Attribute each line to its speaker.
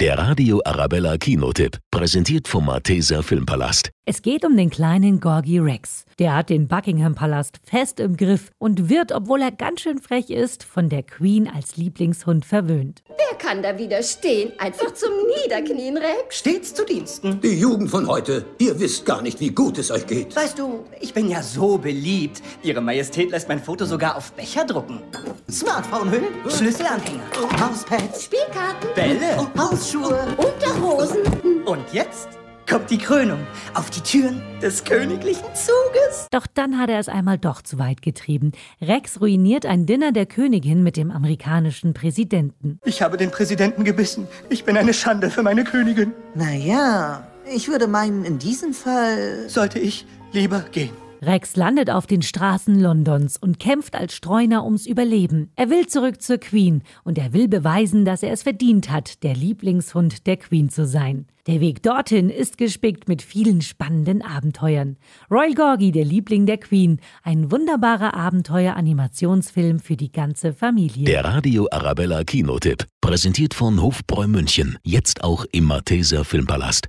Speaker 1: Der Radio Arabella Kinotipp, präsentiert vom Malteser Filmpalast.
Speaker 2: Es geht um den kleinen Gorgi Rex. Der hat den Buckingham-Palast fest im Griff und wird, obwohl er ganz schön frech ist, von der Queen als Lieblingshund verwöhnt.
Speaker 3: Wer kann da widerstehen? Einfach zum Niederknien, Rex.
Speaker 4: Stets zu Diensten.
Speaker 5: Die Jugend von heute, ihr wisst gar nicht, wie gut es euch geht.
Speaker 4: Weißt du, ich bin ja so beliebt. Ihre Majestät lässt mein Foto sogar auf Becher drucken. Smartphonehüllen, Schlüsselanhänger, Hauspads,
Speaker 3: Spielkarten,
Speaker 4: Bälle, Hausschuhe.
Speaker 3: Unterhosen.
Speaker 4: Und jetzt kommt die Krönung auf die Türen des königlichen Zuges.
Speaker 2: Doch dann hat er es einmal doch zu weit getrieben. Rex ruiniert ein Dinner der Königin mit dem amerikanischen Präsidenten.
Speaker 4: Ich habe den Präsidenten gebissen. Ich bin eine Schande für meine Königin.
Speaker 6: Naja, ich würde meinen, in diesem Fall.
Speaker 4: Sollte ich lieber gehen?
Speaker 2: Rex landet auf den Straßen Londons und kämpft als Streuner ums Überleben. Er will zurück zur Queen und er will beweisen, dass er es verdient hat, der Lieblingshund der Queen zu sein. Der Weg dorthin ist gespickt mit vielen spannenden Abenteuern. Royal Gorgi, der Liebling der Queen, ein wunderbarer Abenteuer-Animationsfilm für die ganze Familie.
Speaker 1: Der Radio Arabella Kinotipp, präsentiert von Hofbräu München, jetzt auch im Malteser Filmpalast.